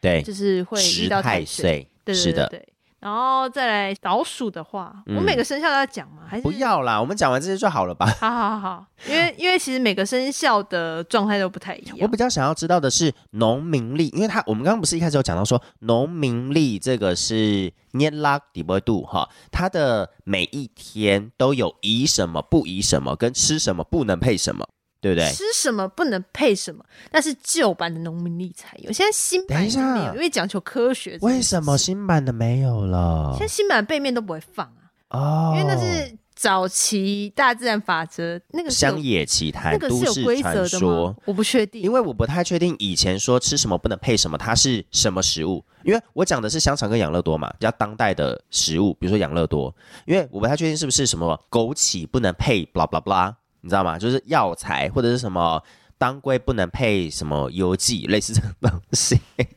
A: 对，
B: 就是会遇
A: 十
B: 到
A: 太
B: 岁，
A: 岁，
B: 对对
A: 是
B: 对
A: 的。
B: 对。然后再来老鼠的话，我
A: 嗯
B: 每个生肖都要讲嘛，还是
A: 不？要啦，我们讲完这些就好了吧。
B: 好好好好，因为因为其实每个生肖的状态都不太一样。
A: 我比较想要知道的是农民历，因为他我们刚刚不是一开始有讲到说农民历这个是年拉底波度哈，它的每一天都有宜什么不宜什么，跟吃什么不能配什么，对不对？
B: 吃什么不能配什么，那是旧版的农民历才有，现在新版
A: 等一下
B: 没有，因为讲求科学。
A: 为什么？新版的没有了
B: 现？在新版背面都不会放啊，
A: 哦，
B: 因为那是早期大自然法则那个是有
A: 乡野奇
B: 那
A: 谈、
B: 个
A: 都
B: 是有
A: 市
B: 规
A: 传
B: 则的吗
A: 说。？
B: 我不确定
A: 因。为我不太确定以前说吃什么不能配什么，它是什么食物？因为我讲的是香肠跟养乐多嘛，比较当代的食物，比如说养乐多。因为我不太确定是不是什么枸杞不能配 blah blah blah，你知道吗？就是药材或者是什么当归不能配什么油剂，类似这种东西。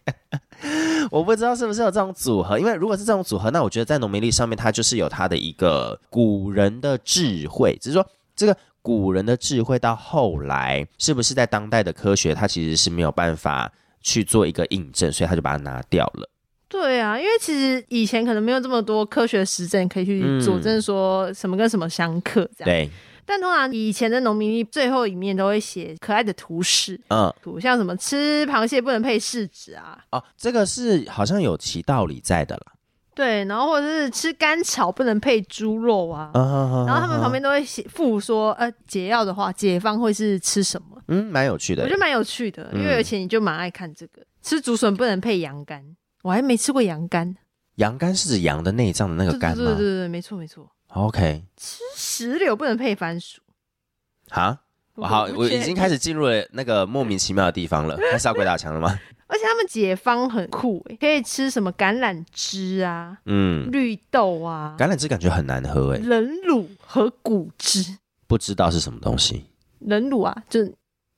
A: 我不知道是不是有这种组合，因为如果是这种组合，那我觉得在农民历上面，它就是有它的一个古人的智慧，只是说这个古人的智慧到后来是不是在当代的科学，它其实是没有办法去做一个印证，所以他就把它拿掉了。
B: 对啊，因为其实以前可能没有这么多科学实证可以去
A: 嗯
B: 佐证说什么跟什么相克这样。
A: 对，
B: 但通常以前的农民历最后一面都会写可爱的图示，
A: 嗯，
B: 图像什么吃螃蟹不能配柿子啊，
A: 哦，这个是好像有其道理在的啦。
B: 对，然后或者是吃甘草不能配猪肉啊，
A: 嗯，
B: 然后他们旁边都会写附说，呃，解药的话，解方会是吃什么？
A: 嗯，蛮有趣
B: 我
A: 的
B: 觉得。蛮有趣的，因为
A: 嗯
B: 而且你就蛮爱看这个，吃竹笋不能配羊肝，我还没吃过羊肝，
A: 羊肝是指羊的内脏的那
B: 对
A: 个
B: 对
A: 肝
B: 对
A: 吗
B: 对对，没错没错，
A: ？OK，
B: 石榴不能配番薯。
A: 好，好，我已经开
B: 始，
A: 始进入了那个莫名其妙的地方 了。开始要鬼打墙了吗？
B: 而且他们解方很酷、欸，可以吃什么橄榄枝啊、
A: 嗯，
B: 绿豆啊、
A: 橄榄枝感觉很难喝诶、
B: 冷乳和骨汁。
A: 不知道是什么东西。
B: 冷乳啊，就是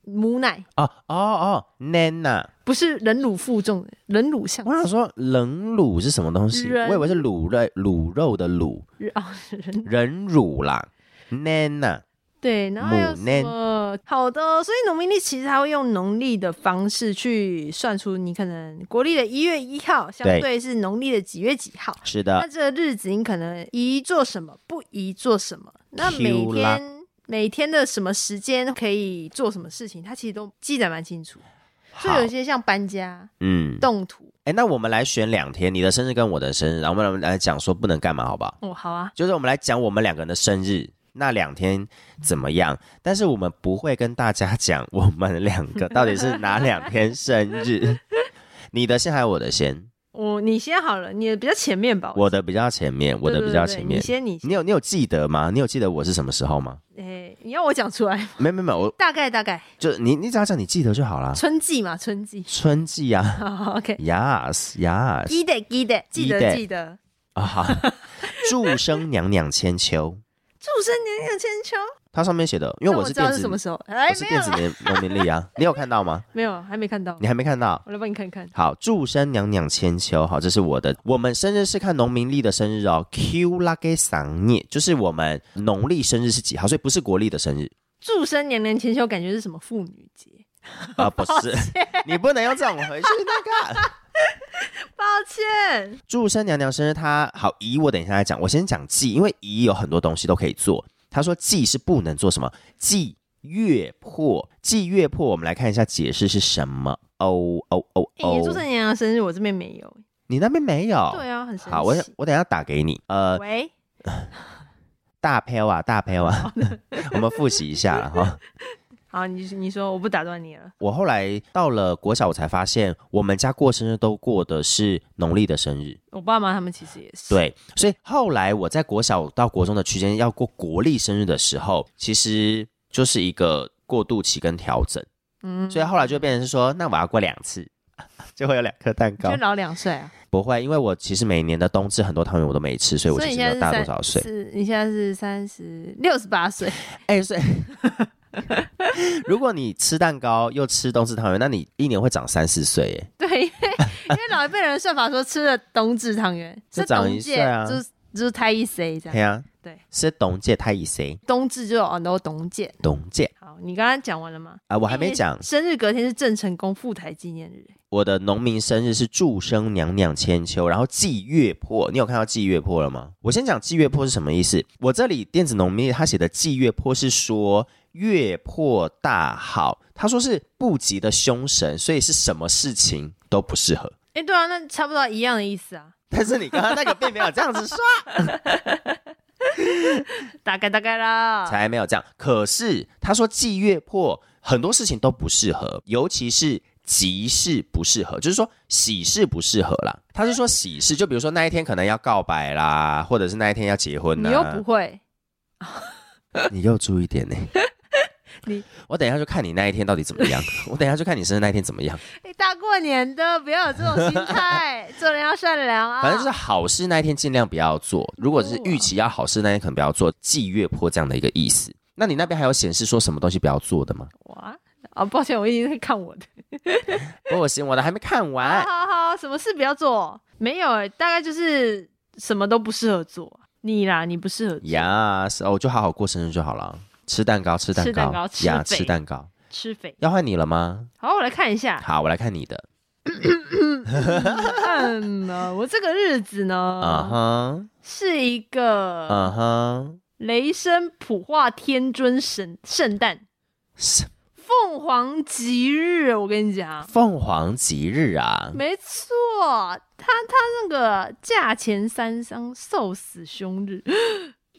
B: 母奶，
A: 哦哦哦，Nana，
B: 不是冷乳负重的，冷乳像
A: 我想说冷乳是什么东西？
B: 人
A: 我以为是卤肉卤肉的卤，
B: 日哦，人
A: 人乳啦，Nana，
B: 对，然后还有
A: 母嫩
B: 什么好的？哦所以农民历其实它会用农历的方式去算出你可能国历的一月一号，相
A: 对啊
B: 对是农历的几月几号。
A: 是
B: 那
A: 的，
B: 这个日子你可能宜做什么，不宜做什么？那每
A: Q 啦
B: 天每天的什么时间可以做什么事情，它其实都记载蛮清楚。所以
A: 好
B: 有，一些像搬家、
A: 嗯，
B: 动土，
A: 哎，那我们来选两天，你的生日跟我的生日，然后我们来讲说不能干嘛，好不好？
B: 哦，好啊，
A: 就是我们来讲我们两个人的生日，那两天怎么样，但是我们不会跟大家讲我们两个 到底是哪两天生日。你的先还是我的先？
B: 我你先好了，你的比较前面吧。
A: 我的比较前面，我的
B: 对对
A: 比较
B: 对
A: 前
B: 你
A: 面。
B: 先你先
A: 你有你有记得吗？你有记得我是什么时候吗？
B: 哎，你要我讲出来吗？
A: 没没没，我
B: 大概大概，
A: 就你你只要叫你记得就好啦。
B: 春季嘛，春季。
A: 春季啊
B: 好，OK。
A: ，yes yes
B: 记得记得记
A: 记得
B: 得记得，
A: 啊，好祝生娘娘千秋。
B: 祝生娘娘千秋。
A: 它上面写的，因为
B: 那
A: 我
B: 我
A: 是
B: 知
A: 电
B: 道
A: 子，
B: 是什么
A: 我
B: 时候？哎，
A: 是
B: 没
A: 电
B: 有
A: 子
B: 啦，
A: 年农民历 啊，你有看到吗？
B: 没有，还没看到
A: 你。还没看到？
B: 我来帮你看看。
A: 好，祝生娘娘千秋。好，这是我的。我们生日是看农民历的生日哦，Q 拉给桑涅，就是我们农历生日是几号，所以不是国历的生日
B: 祝生娘娘千秋，感觉是什么妇女节？
A: 啊、不 是。你不能用这种回去那个。
B: 抱歉，
A: 祝生娘娘生日她，好姨，我等一下来讲，我先讲祭，因为姨有很多东西都可以做。她说祭是不能做什么，祭月破，祭月破，我们来看一下解释是什么。哦哦哦
B: 哎，祝
A: 哦，
B: 生娘娘生日我这边没有。
A: 你那边没有？
B: 对啊，很神
A: 好，我
B: 奇。
A: 我等一下打给你。呃，
B: 喂，
A: 大飘啊，大飘啊， 我们复习一下了哈。
B: 好，你你说，我不打断你了。
A: 我后来到了国小，我才发现我们家过生日都过的是农历的生日，
B: 我爸妈他们其实也是。
A: 对，所以后来我在国小到国中的区间要过国历生日的时候，其实就是一个过渡期跟调整，
B: 嗯，
A: 所以后来就变成是说，那我要过两次， 就会有两颗蛋糕
B: 就。老两岁啊。
A: 不会，因为我其实每年的冬至很多汤圆我都没吃，所以我
B: 所以
A: 其
B: 你
A: 实
B: 现
A: 没
B: 在
A: 有大
B: 是三
A: 多少岁。
B: 是，你现在是三十六十八岁，
A: 哎，所以 如果你吃蛋糕又吃冬至汤圆，那你一年会长三四岁耶。
B: 对，因为因为老一辈人的算法说吃了冬至 汤圆，
A: 就是长
B: 冬
A: 一
B: 至
A: 岁啊
B: 就是就是太一岁这
A: 对
B: 样，
A: 啊，
B: 对，
A: 是冬界太乙谁？
B: 冬至就有很多冬戒。
A: 冬界
B: 好，你刚刚讲完了吗？
A: 啊，我还没讲
B: 哎，生日隔天是郑成功赴台纪念日，
A: 我的农民生日是祝生娘娘千秋，然后祭月破，你有看到祭月破了吗？我先讲祭月破是什么意思。我这里电子农民他写的祭月破是说月破大好，他说是不吉的凶神，所以是什么事情都不适合。
B: 哎，对啊，那差不多一样的意思啊，
A: 但是你刚刚那个并没有这样子说。
B: 大概大概啦。
A: 才没有这样。可是他说祭月破很多事情都不适合，尤其是吉事不适合，就是说喜事不适合啦。他是说喜事，就比如说那一天可能要告白啦，或者是那一天要结婚
B: 你
A: 啦。
B: 又不会，
A: 你又 注意点呢、
B: 你
A: 我等一下就看你那一天到底怎么 样，我等一下就看你生日那一天怎么样。
B: 哎，大过年的不要有这种心 态，做人要善良啊。
A: 反正就是好事那一天尽量不要做，如果是
B: 哦
A: 预期要好事那一天可能不要做，祭月破这样的一个意思。那你那边还有显示说什么东西不要做 的吗？
B: 哇啊，抱歉，我一直在看我的。
A: 不行，哦我的还没看完。
B: 好好好，什么事不要做？没有、欸，大概就是什么都不适合做。你啦，你不适合做
A: 呀，是哦，就好好过生日就好了。吃蛋糕，吃蛋
B: 吃蛋糕吃
A: 呀，
B: 肥
A: 吃蛋糕。
B: 吃肥。
A: 要换你了吗？
B: 好，我来看一下。
A: 好，我来看你的。
B: 嗯呃，我这个日子呢
A: 嗯哼，
B: 是一个
A: 嗯哼，
B: 雷声普化天尊神圣诞
A: 是
B: 凤凰吉日。我跟你讲，
A: 凤凰吉日啊！
B: 没错，他他那个价钱三商受死凶日。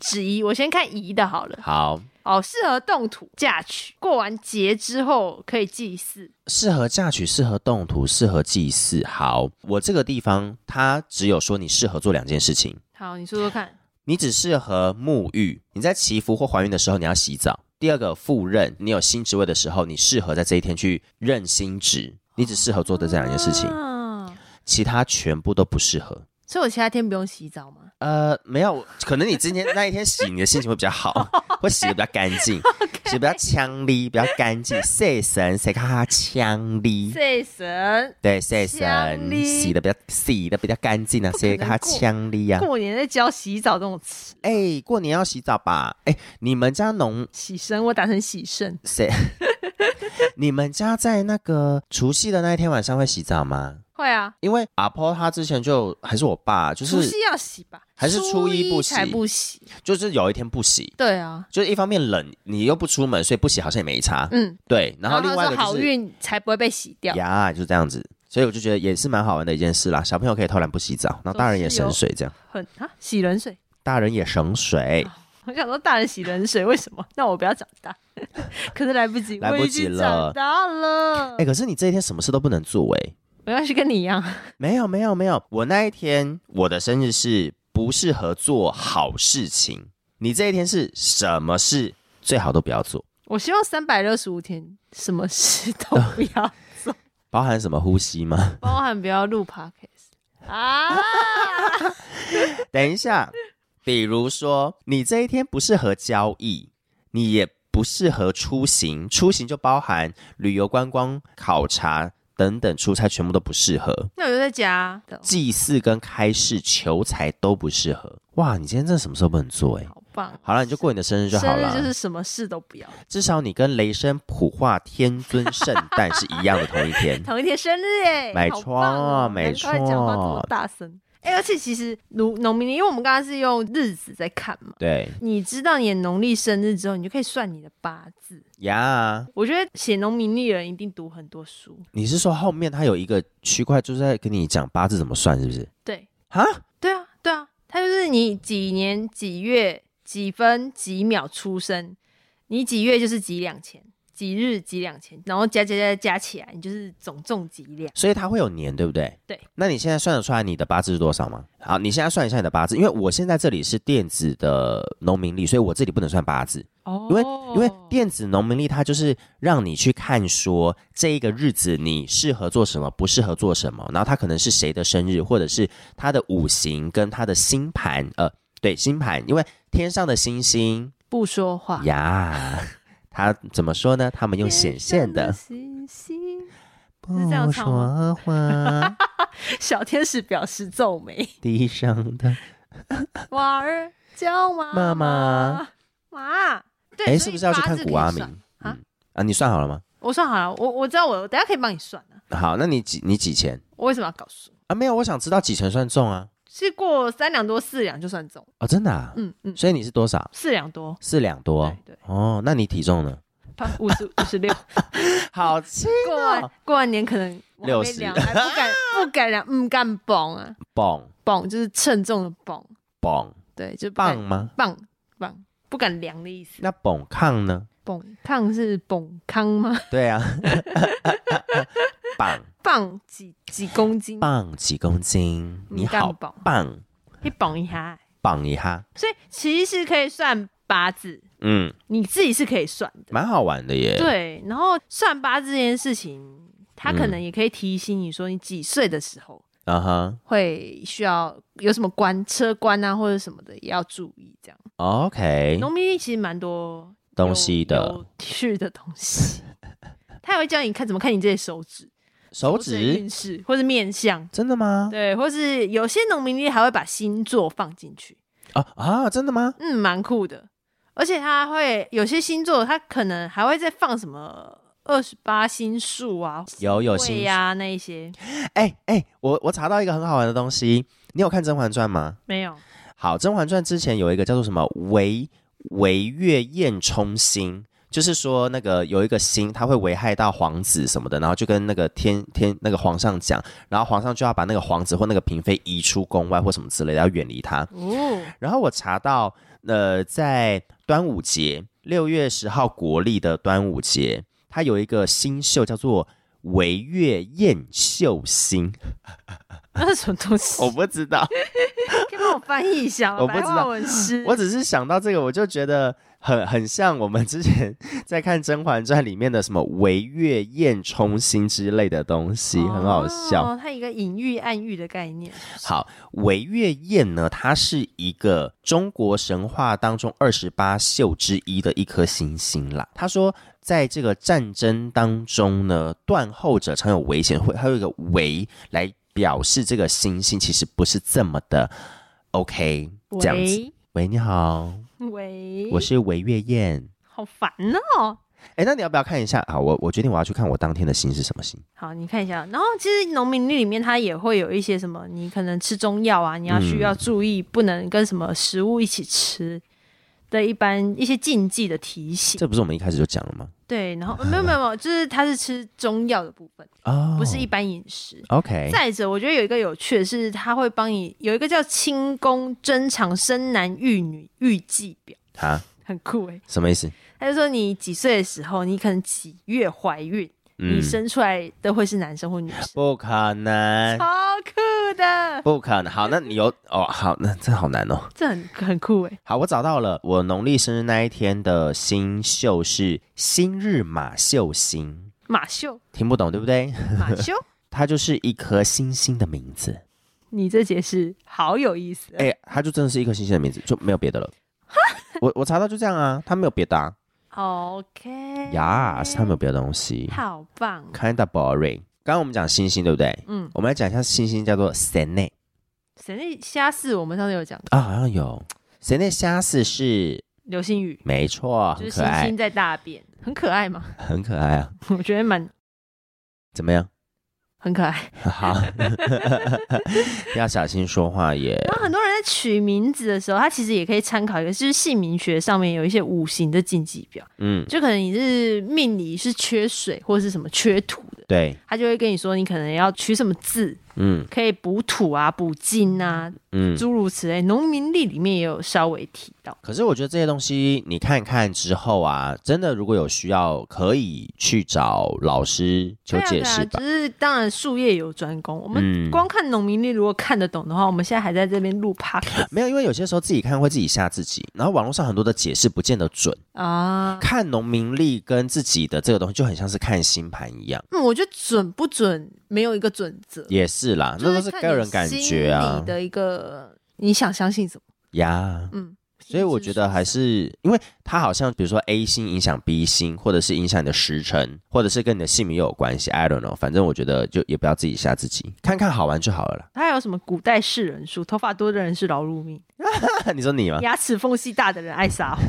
B: 子怡，我先看宜的好了。
A: 好，
B: 哦，适合动土嫁娶，过完节之后可以祭祀。
A: 适合嫁娶，适合动土，适合祭祀。好，我这个地方它只有说你适合做两件事情，
B: 好，你说说看。
A: 你只适合沐浴。你在祈福或怀孕的时候，你要洗澡。第二个赴任，你有新职位的时候，你适合在这一天去任新职。你只适合做的这两件事情，
B: 啊
A: 其他全部都不适合。
B: 所以我其他天不用洗澡吗？
A: 呃，没有，可能你今天那一天洗，你的心情会比较 好，会洗的比较干净，洗的比较呛力，比较干净，晒神晒咔咔呛力，
B: 这神
A: 对，晒
B: 呛
A: 神
B: 力
A: 洗的比较洗的比较干净啊，
B: 不可
A: 晒
B: 能
A: 咔咔
B: 过
A: 呛力啊。
B: 过年在教洗澡这种词，
A: 哎、过年要洗澡吧？哎、你们家农
B: 洗身我打成洗肾，
A: 谁？ 你们家在那个除夕的那一天晚上会洗澡吗？
B: 会啊，
A: 因为阿婆她之前就还是我爸，就
B: 除
A: 是
B: 夕要洗吧，
A: 还是初一不洗
B: 才不洗。
A: 就是有一天不洗，
B: 对啊，
A: 就是一方面冷，你又不出门，所以不洗好像也没差。
B: 嗯，
A: 对，然后另外一
B: 他
A: 个
B: 说好
A: 就是
B: 运才不会被洗掉。
A: 呀，就是这样子，所以我就觉得也是蛮好玩的一件事啦。小朋友可以偷懒不洗澡，然后大人也省水，这样
B: 很啊，洗冷水
A: 大人也省水。
B: 我想说大人洗冷水，为什么？那我不要长大， 可是来不及，
A: 来不及
B: 我已经
A: 了
B: 长大了。
A: 哎、可是你这一天什么事都不能做哎、
B: 我要是跟你一样，
A: 没有没有没有，我那一天我的生日是不适合做好事情，你这一天是什么事最好都不要做，
B: 我希望三百六十五天什么事都不 要，
A: 包含什么呼吸吗？
B: 包含不要 录 podcast 啊。
A: 等一下，比如说你这一天不适合交易，你也不适合出行，出行就包含旅游、观光、考察等等，出差全部都不适合。
B: 那我就在家，
A: 祭祀跟开市、求财都不适合。哇，你今天真的什么时候不能做、欸？哎，
B: 好棒。啊
A: 好了，你就过你的生日就好
B: 生
A: 了。
B: 日就是什么事都不要，。
A: 至少你跟雷声普化、天尊圣诞是一样的同一天
B: 同一天生日哎，
A: 没
B: 好
A: 错
B: 棒哦
A: 没错
B: 难怪讲话这么大声。哎，而且其实农农民历，因为我们刚刚是用日子在看嘛，
A: 对
B: 你知道你的农历生日之后，你就可以算你的八字。
A: 呀
B: 我觉得写农民历的人一定读很多书，
A: 你是说后面它有一个区块，就是在跟你讲八字怎么算，是不是？
B: 对，
A: 哈，
B: 对啊，对啊，他就是你几年几月几分几秒出生，你几月就是几两钱，几日几两钱，然后加加加加起来，你就是总重几两。
A: 所以它会有年，对不对？
B: 对。
A: 那你现在算得出来你的八字是多少吗？好，你现在算一下你的八字，因为我现在这里是电子的农民历，所以我这里不能算八字，
B: 哦
A: 因为、因为电子农民历它就是让你去看说这一个日子你适合做什么，不适合做什么，然后它可能是谁的生日，或者是他的五行跟他的星盘，呃，对，星盘，因为天上的星星
B: 不说话，
A: 呀，它怎么说呢？他们用显现的
B: 星星，是这样
A: 不
B: 唱吗
A: 说话。
B: 小天使表示皱眉。
A: 地上的
B: 娃儿叫妈
A: 妈
B: 妈
A: 妈，
B: 妈，对，
A: 哎，
B: 所
A: 是
B: 以
A: 不是要去
B: 八
A: 看
B: 字
A: 古
B: 可以
A: 阿
B: 算
A: 明？
B: 啊
A: 嗯啊，你算好了吗？
B: 我算好了，我我知道我，我等一下可以帮你算啊。
A: 好，那你几你几钱
B: 我为什么要搞数？
A: 啊？没有，我想知道几成算中啊？
B: 是过三两多四两就算中，
A: 哦，真的、啊？
B: 嗯嗯，
A: 所以你是多少？
B: 四两多，
A: 四两多
B: 对对，
A: 哦，那你体重呢？
B: 他五十五 十六，
A: 好轻
B: 过完过完年可能我还没
A: 60
B: 量还不敢不敢量，嗯，敢蹦啊，
A: 棒
B: 蹦就是称重的蹦，
A: 棒
B: 对，就不敢
A: 棒吗？
B: 棒棒，不敢量的意思。
A: 那蹦抗呢？
B: 蹦胖是蹦康吗？
A: 对啊， 棒
B: 磅几几公斤？
A: 棒几公斤？你好
B: 嗯棒
A: 棒
B: 一蹦一下。
A: 棒一哈，
B: 所以其实可以算八字，
A: 嗯，
B: 你自己是可以算的。
A: 蛮好玩的耶。，
B: 对，然后算八字这件事情，它可
A: 嗯
B: 能也可以提醒你说，你几岁的时候
A: 啊哈
B: 会需要有什么关车关啊，或者什么的也要注意。这样，
A: ，OK，
B: 农民历其实蛮多
A: 东西
B: 有
A: 的
B: 有趣的东 西，他也会教你看怎么看你这些手指、
A: 手
B: 的
A: 指，
B: 运势或是面相，
A: 真的吗？
B: 对，或是有些农民历还会把星座放进去。
A: 啊啊，真的吗？
B: 嗯，蛮酷的。而且它会有些星座，它可能还会再放什么二十八星宿啊、
A: 有有
B: 会
A: 星
B: 呀、那一些。
A: 哎哎，我我查到一个很好玩的东西，你有看《甄嬛传》吗？
B: 没有，
A: 好，《甄嬛传》之前有一个叫做什么围围月宴冲星，就是说那个有一个星，它会危害到皇子什么的，然后就跟那个天天那个皇上讲，然后皇上就要把那个皇子或那个嫔妃移出宫外或什么之类的，要远离他。
B: 哦，
A: 然后我查到，呃，在端午节六月十号国历的端午节，它有一个星宿叫做围月宴宿星，
B: 那是什么东 西？
A: 我不知道。
B: 可以帮我翻译一下吗？
A: 我不
B: 白
A: 知
B: 话
A: 道
B: 文诗。
A: 我只是想到这个，我就觉得很 很像我们之前在看《甄嬛传》里面的什么围月宴冲星之类的东西，很好笑。
B: 哦，它一个隐喻、暗喻的概念。
A: 好，围月宴呢，它是一个中国神话当中二十八宿之一的一颗星星啦。他说，在这个战争当中呢，断后者常有危险，会还有一个围来表示这个星星其实不是这么的 OK 这样子。
B: 喂
A: 喂，你好，
B: 喂，
A: 我是韦月燕。
B: 好烦哦。
A: 哎，那你要不要看一下啊？我我决定我要去看我当天的星是什么星。
B: 好，你看一下。然后其实农民历里面它也会有一些什么，你可能吃中药啊，你要
A: 嗯
B: 需要注意，不能跟什么食物一起吃的一般一些禁忌的提醒。
A: 这不是我们一开始就讲了吗？
B: 对，然
A: 嗯
B: 后没有没有没有，就是它是吃中药的部分，
A: 哦，哎
B: 不是一般饮食。
A: OK，
B: 再者，我觉得有一个有趣的是，它会帮你有一个叫清宫珍藏生男育女预计表，
A: 哈，
B: 很酷诶。
A: 什么意思？
B: 他就说你几岁的时候，你可能几月怀孕，你
A: 嗯，
B: 生出来的会是男生或女生，
A: 不可能，
B: 超酷的，
A: 不可能。好，那你有哦，好，那这好难哦。
B: 这很很酷欸诶。
A: 好，我找到了，我农历生日那一天的星宿是新日马宿星，
B: 马秀，
A: 听不懂对不对？
B: 马秀，
A: 它就是一颗星星的名字，
B: 你这解释好有意思。
A: 哎、它就真的是一颗星星的名字，就没有别的了。我我查到就这样啊，它没有别的啊，
B: OK，
A: 呀，是它没有别的东西
B: 好棒哦，
A: ，kinda boring。刚刚我们讲星星对不对？
B: 嗯，
A: 我们来讲一下星星叫做 s e n e
B: 神力虾四我们上次有讲过，
A: 啊，好像有 s e n e 虾子是
B: 流星雨
A: 没错，
B: 就
A: 很
B: 是
A: 可
B: 星
A: 爱
B: 星，在大便，很可爱嘛，
A: 很可爱啊，
B: 我觉得蛮
A: 怎么样？
B: 很可爱。
A: 好， 要小心说话耶。
B: 然后很多人在取名字的时候，他其实也可以参考一个，就是姓名学上面有一些五行的禁忌表，
A: 嗯，
B: 就可能你是命里是缺水或者是什么缺土的，
A: 对，
B: 他就会跟你说你可能要取什么字
A: 嗯
B: 可以补土啊、补金啊，
A: 嗯。
B: 诸如此类。农民历里面也有稍微提到，
A: 可是我觉得这些东西你看看之后啊，真的如果有需要，可以去找老师求
B: 对啊
A: 解
B: 对
A: 释
B: 啊，
A: 吧
B: 只。是当然术业有专攻，我们
A: 嗯，
B: 光看农民历如果看得懂的话，我们现在还在这边录 p o d c a
A: 没有，因为有些时候自己看会自己吓自己，然后网络上很多的解释不见得准。
B: 啊。
A: 看农民历跟自己的这个东西就很像是看星盘一样，
B: 嗯，我觉得准不准没有一个准则，
A: 也是啦，那都是
B: 看
A: 个
B: 你
A: 人感觉
B: 心
A: 啊
B: 里的一个你想相信什么，
A: 呀。
B: 嗯，
A: 所以我觉得还是，因为它好像比如说 A 星影响 B 星，或者是影响你的时辰，或者是跟你的姓名又有关系。I don't know，反正我觉得就也不要自己吓自己，看看好玩就好了啦。
B: 他有什么古代世人说，头发多的人是劳碌命，
A: 你说你吗？
B: 牙齿缝隙大的人爱 撒谎，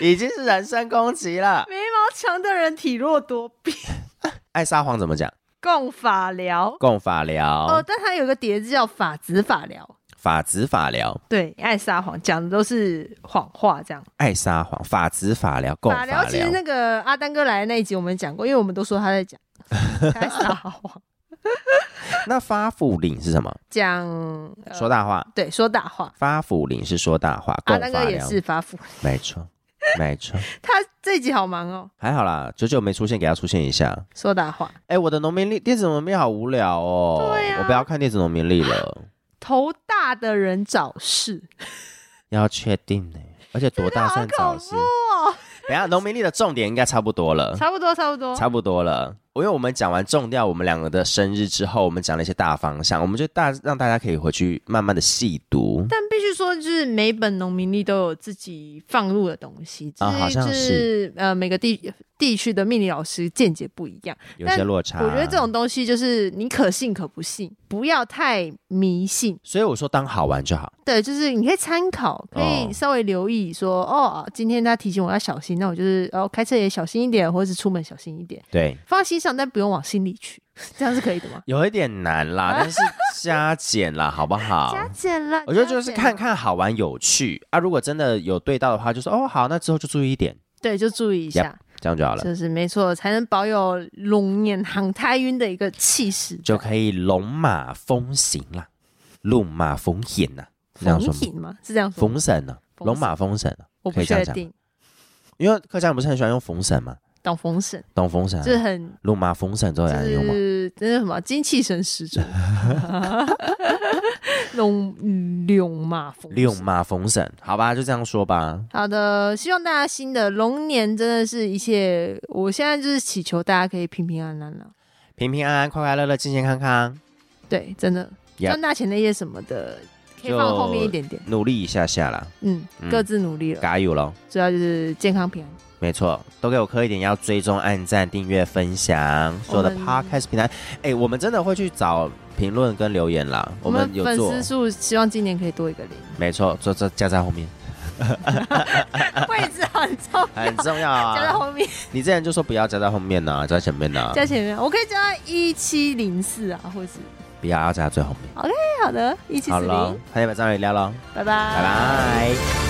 A: 已经是人身攻击了。
B: 眉毛长的人体弱多病，
A: 爱撒谎怎么讲？
B: 共法疗。
A: 共法疗、
B: 哦，但他有个叠字叫法子法疗，
A: 法子法疗、
B: 对，爱撒谎讲的都是谎话，这样。
A: 爱撒谎、法子法疗、共法
B: 疗
A: 疗。
B: 其实那个阿丹哥来的那一集我们讲过，因为我们都说他 在讲他在撒谎，
A: 那发福领是什么？
B: 讲、呃
A: 说大话。
B: 对说大话。
A: 发福领是说大话，共
B: 阿丹
A: 法
B: 哥啊也
A: 疗。
B: 是发福，
A: 没错，没错。
B: 他这一集好忙哦，
A: 还好啦，久久没出现，给他出现一下。
B: 说大话。
A: 哎、我的农民历电子农民历好无聊哦，
B: 对啊
A: 我不要看电子农民历 了，
B: 头大的人找事，
A: 要确定呢、而且多大
B: 好
A: 算早
B: 恐
A: 市
B: 怖？哦！
A: 等一下农民历的重点应该差不多了，
B: 差不多，差不多。
A: 差不多了。因为我们讲完重调，我们两个的生日之后，我们讲了一些大方向，我们就大让大家可以回去慢慢的细读。
B: 但必须说，就是每本农民历都有自己放入的东西，
A: 啊
B: 至于
A: 好像
B: 就是呃每个地地区的命理老师见解不一样。
A: 有些落差，
B: 我觉得这种，东西就是你可信可不信，不要太迷信。
A: 所以我说当好玩就好。
B: 对，就是你可以参考，可以
A: 哦
B: 稍微留意说，哦，今天他提醒我要小心，那我就是哦开车也小心一点，或者是出门小心一点，
A: 对，
B: 放心上，但不用往心里去， 这样是可以的吗？
A: 有一点难 啦，但是加减啦，好不好？
B: 加减了，
A: 我觉得
B: 加
A: 就是
B: 减
A: 看
B: 了，
A: 看好玩有趣啊。如果真的有对到的话，就说哦好，那之后就注意一点，
B: 对，就注意一下，
A: 这样就好了，
B: 就是没错，才能保有龙年航太运的一个气势。
A: 就可以龙马风行啦，龙马风啊行呐、这样说
B: 逢
A: 吗
B: 迎嘛，是这样说吗？
A: 封神呢、
B: 封神
A: 龙马封神呢、
B: 我
A: 可
B: 不
A: 以这样
B: 确
A: 讲
B: 定，
A: 因为客家人不是很喜欢用封神嘛，
B: 懂逢神，
A: 懂封神、
B: 就是
A: 啊？
B: 很
A: 龙马封神都有
B: 就
A: 人用吗？
B: 是那是什么精气神 十足， 龙嗯龙马逢
A: 六
B: 神。
A: 马封神，好吧，就这样说吧。
B: 好的，希望大家新的龙年真的是一切，我现在就是祈求大家可以平平安安了、
A: 平平安安、快快乐乐、健健康康，
B: 对，真的
A: Yeah
B: 赚大钱那些什么的，可以放后面一点点。
A: 努力一下下啦，
B: 嗯，
A: 嗯
B: 各自努力了，
A: 加油喽！
B: 主要就是健康平安。
A: 没错，都给我磕一点，要追踪、按赞、订阅、分享所有的
B: 我们
A: podcast 平台。哎、我们真的会去找评论跟留言啦，我们有
B: 粉
A: 做，
B: 丝数希望今年可以多一个零，
A: 没错，做这加在后 面
B: 位置很重要，
A: 很重要
B: 加到
A: 啊。
B: 后面，
A: 你之前就说不要加在后面呐、加前面呐、
B: 加前面，我可以加到一七零四啊，或是哎
A: 不要要加最后面。
B: 好的一七
A: 好
B: 四
A: 了
B: 零，，
A: 那就把这里聊了，
B: 拜拜，
A: 拜
B: 拜
A: 拜。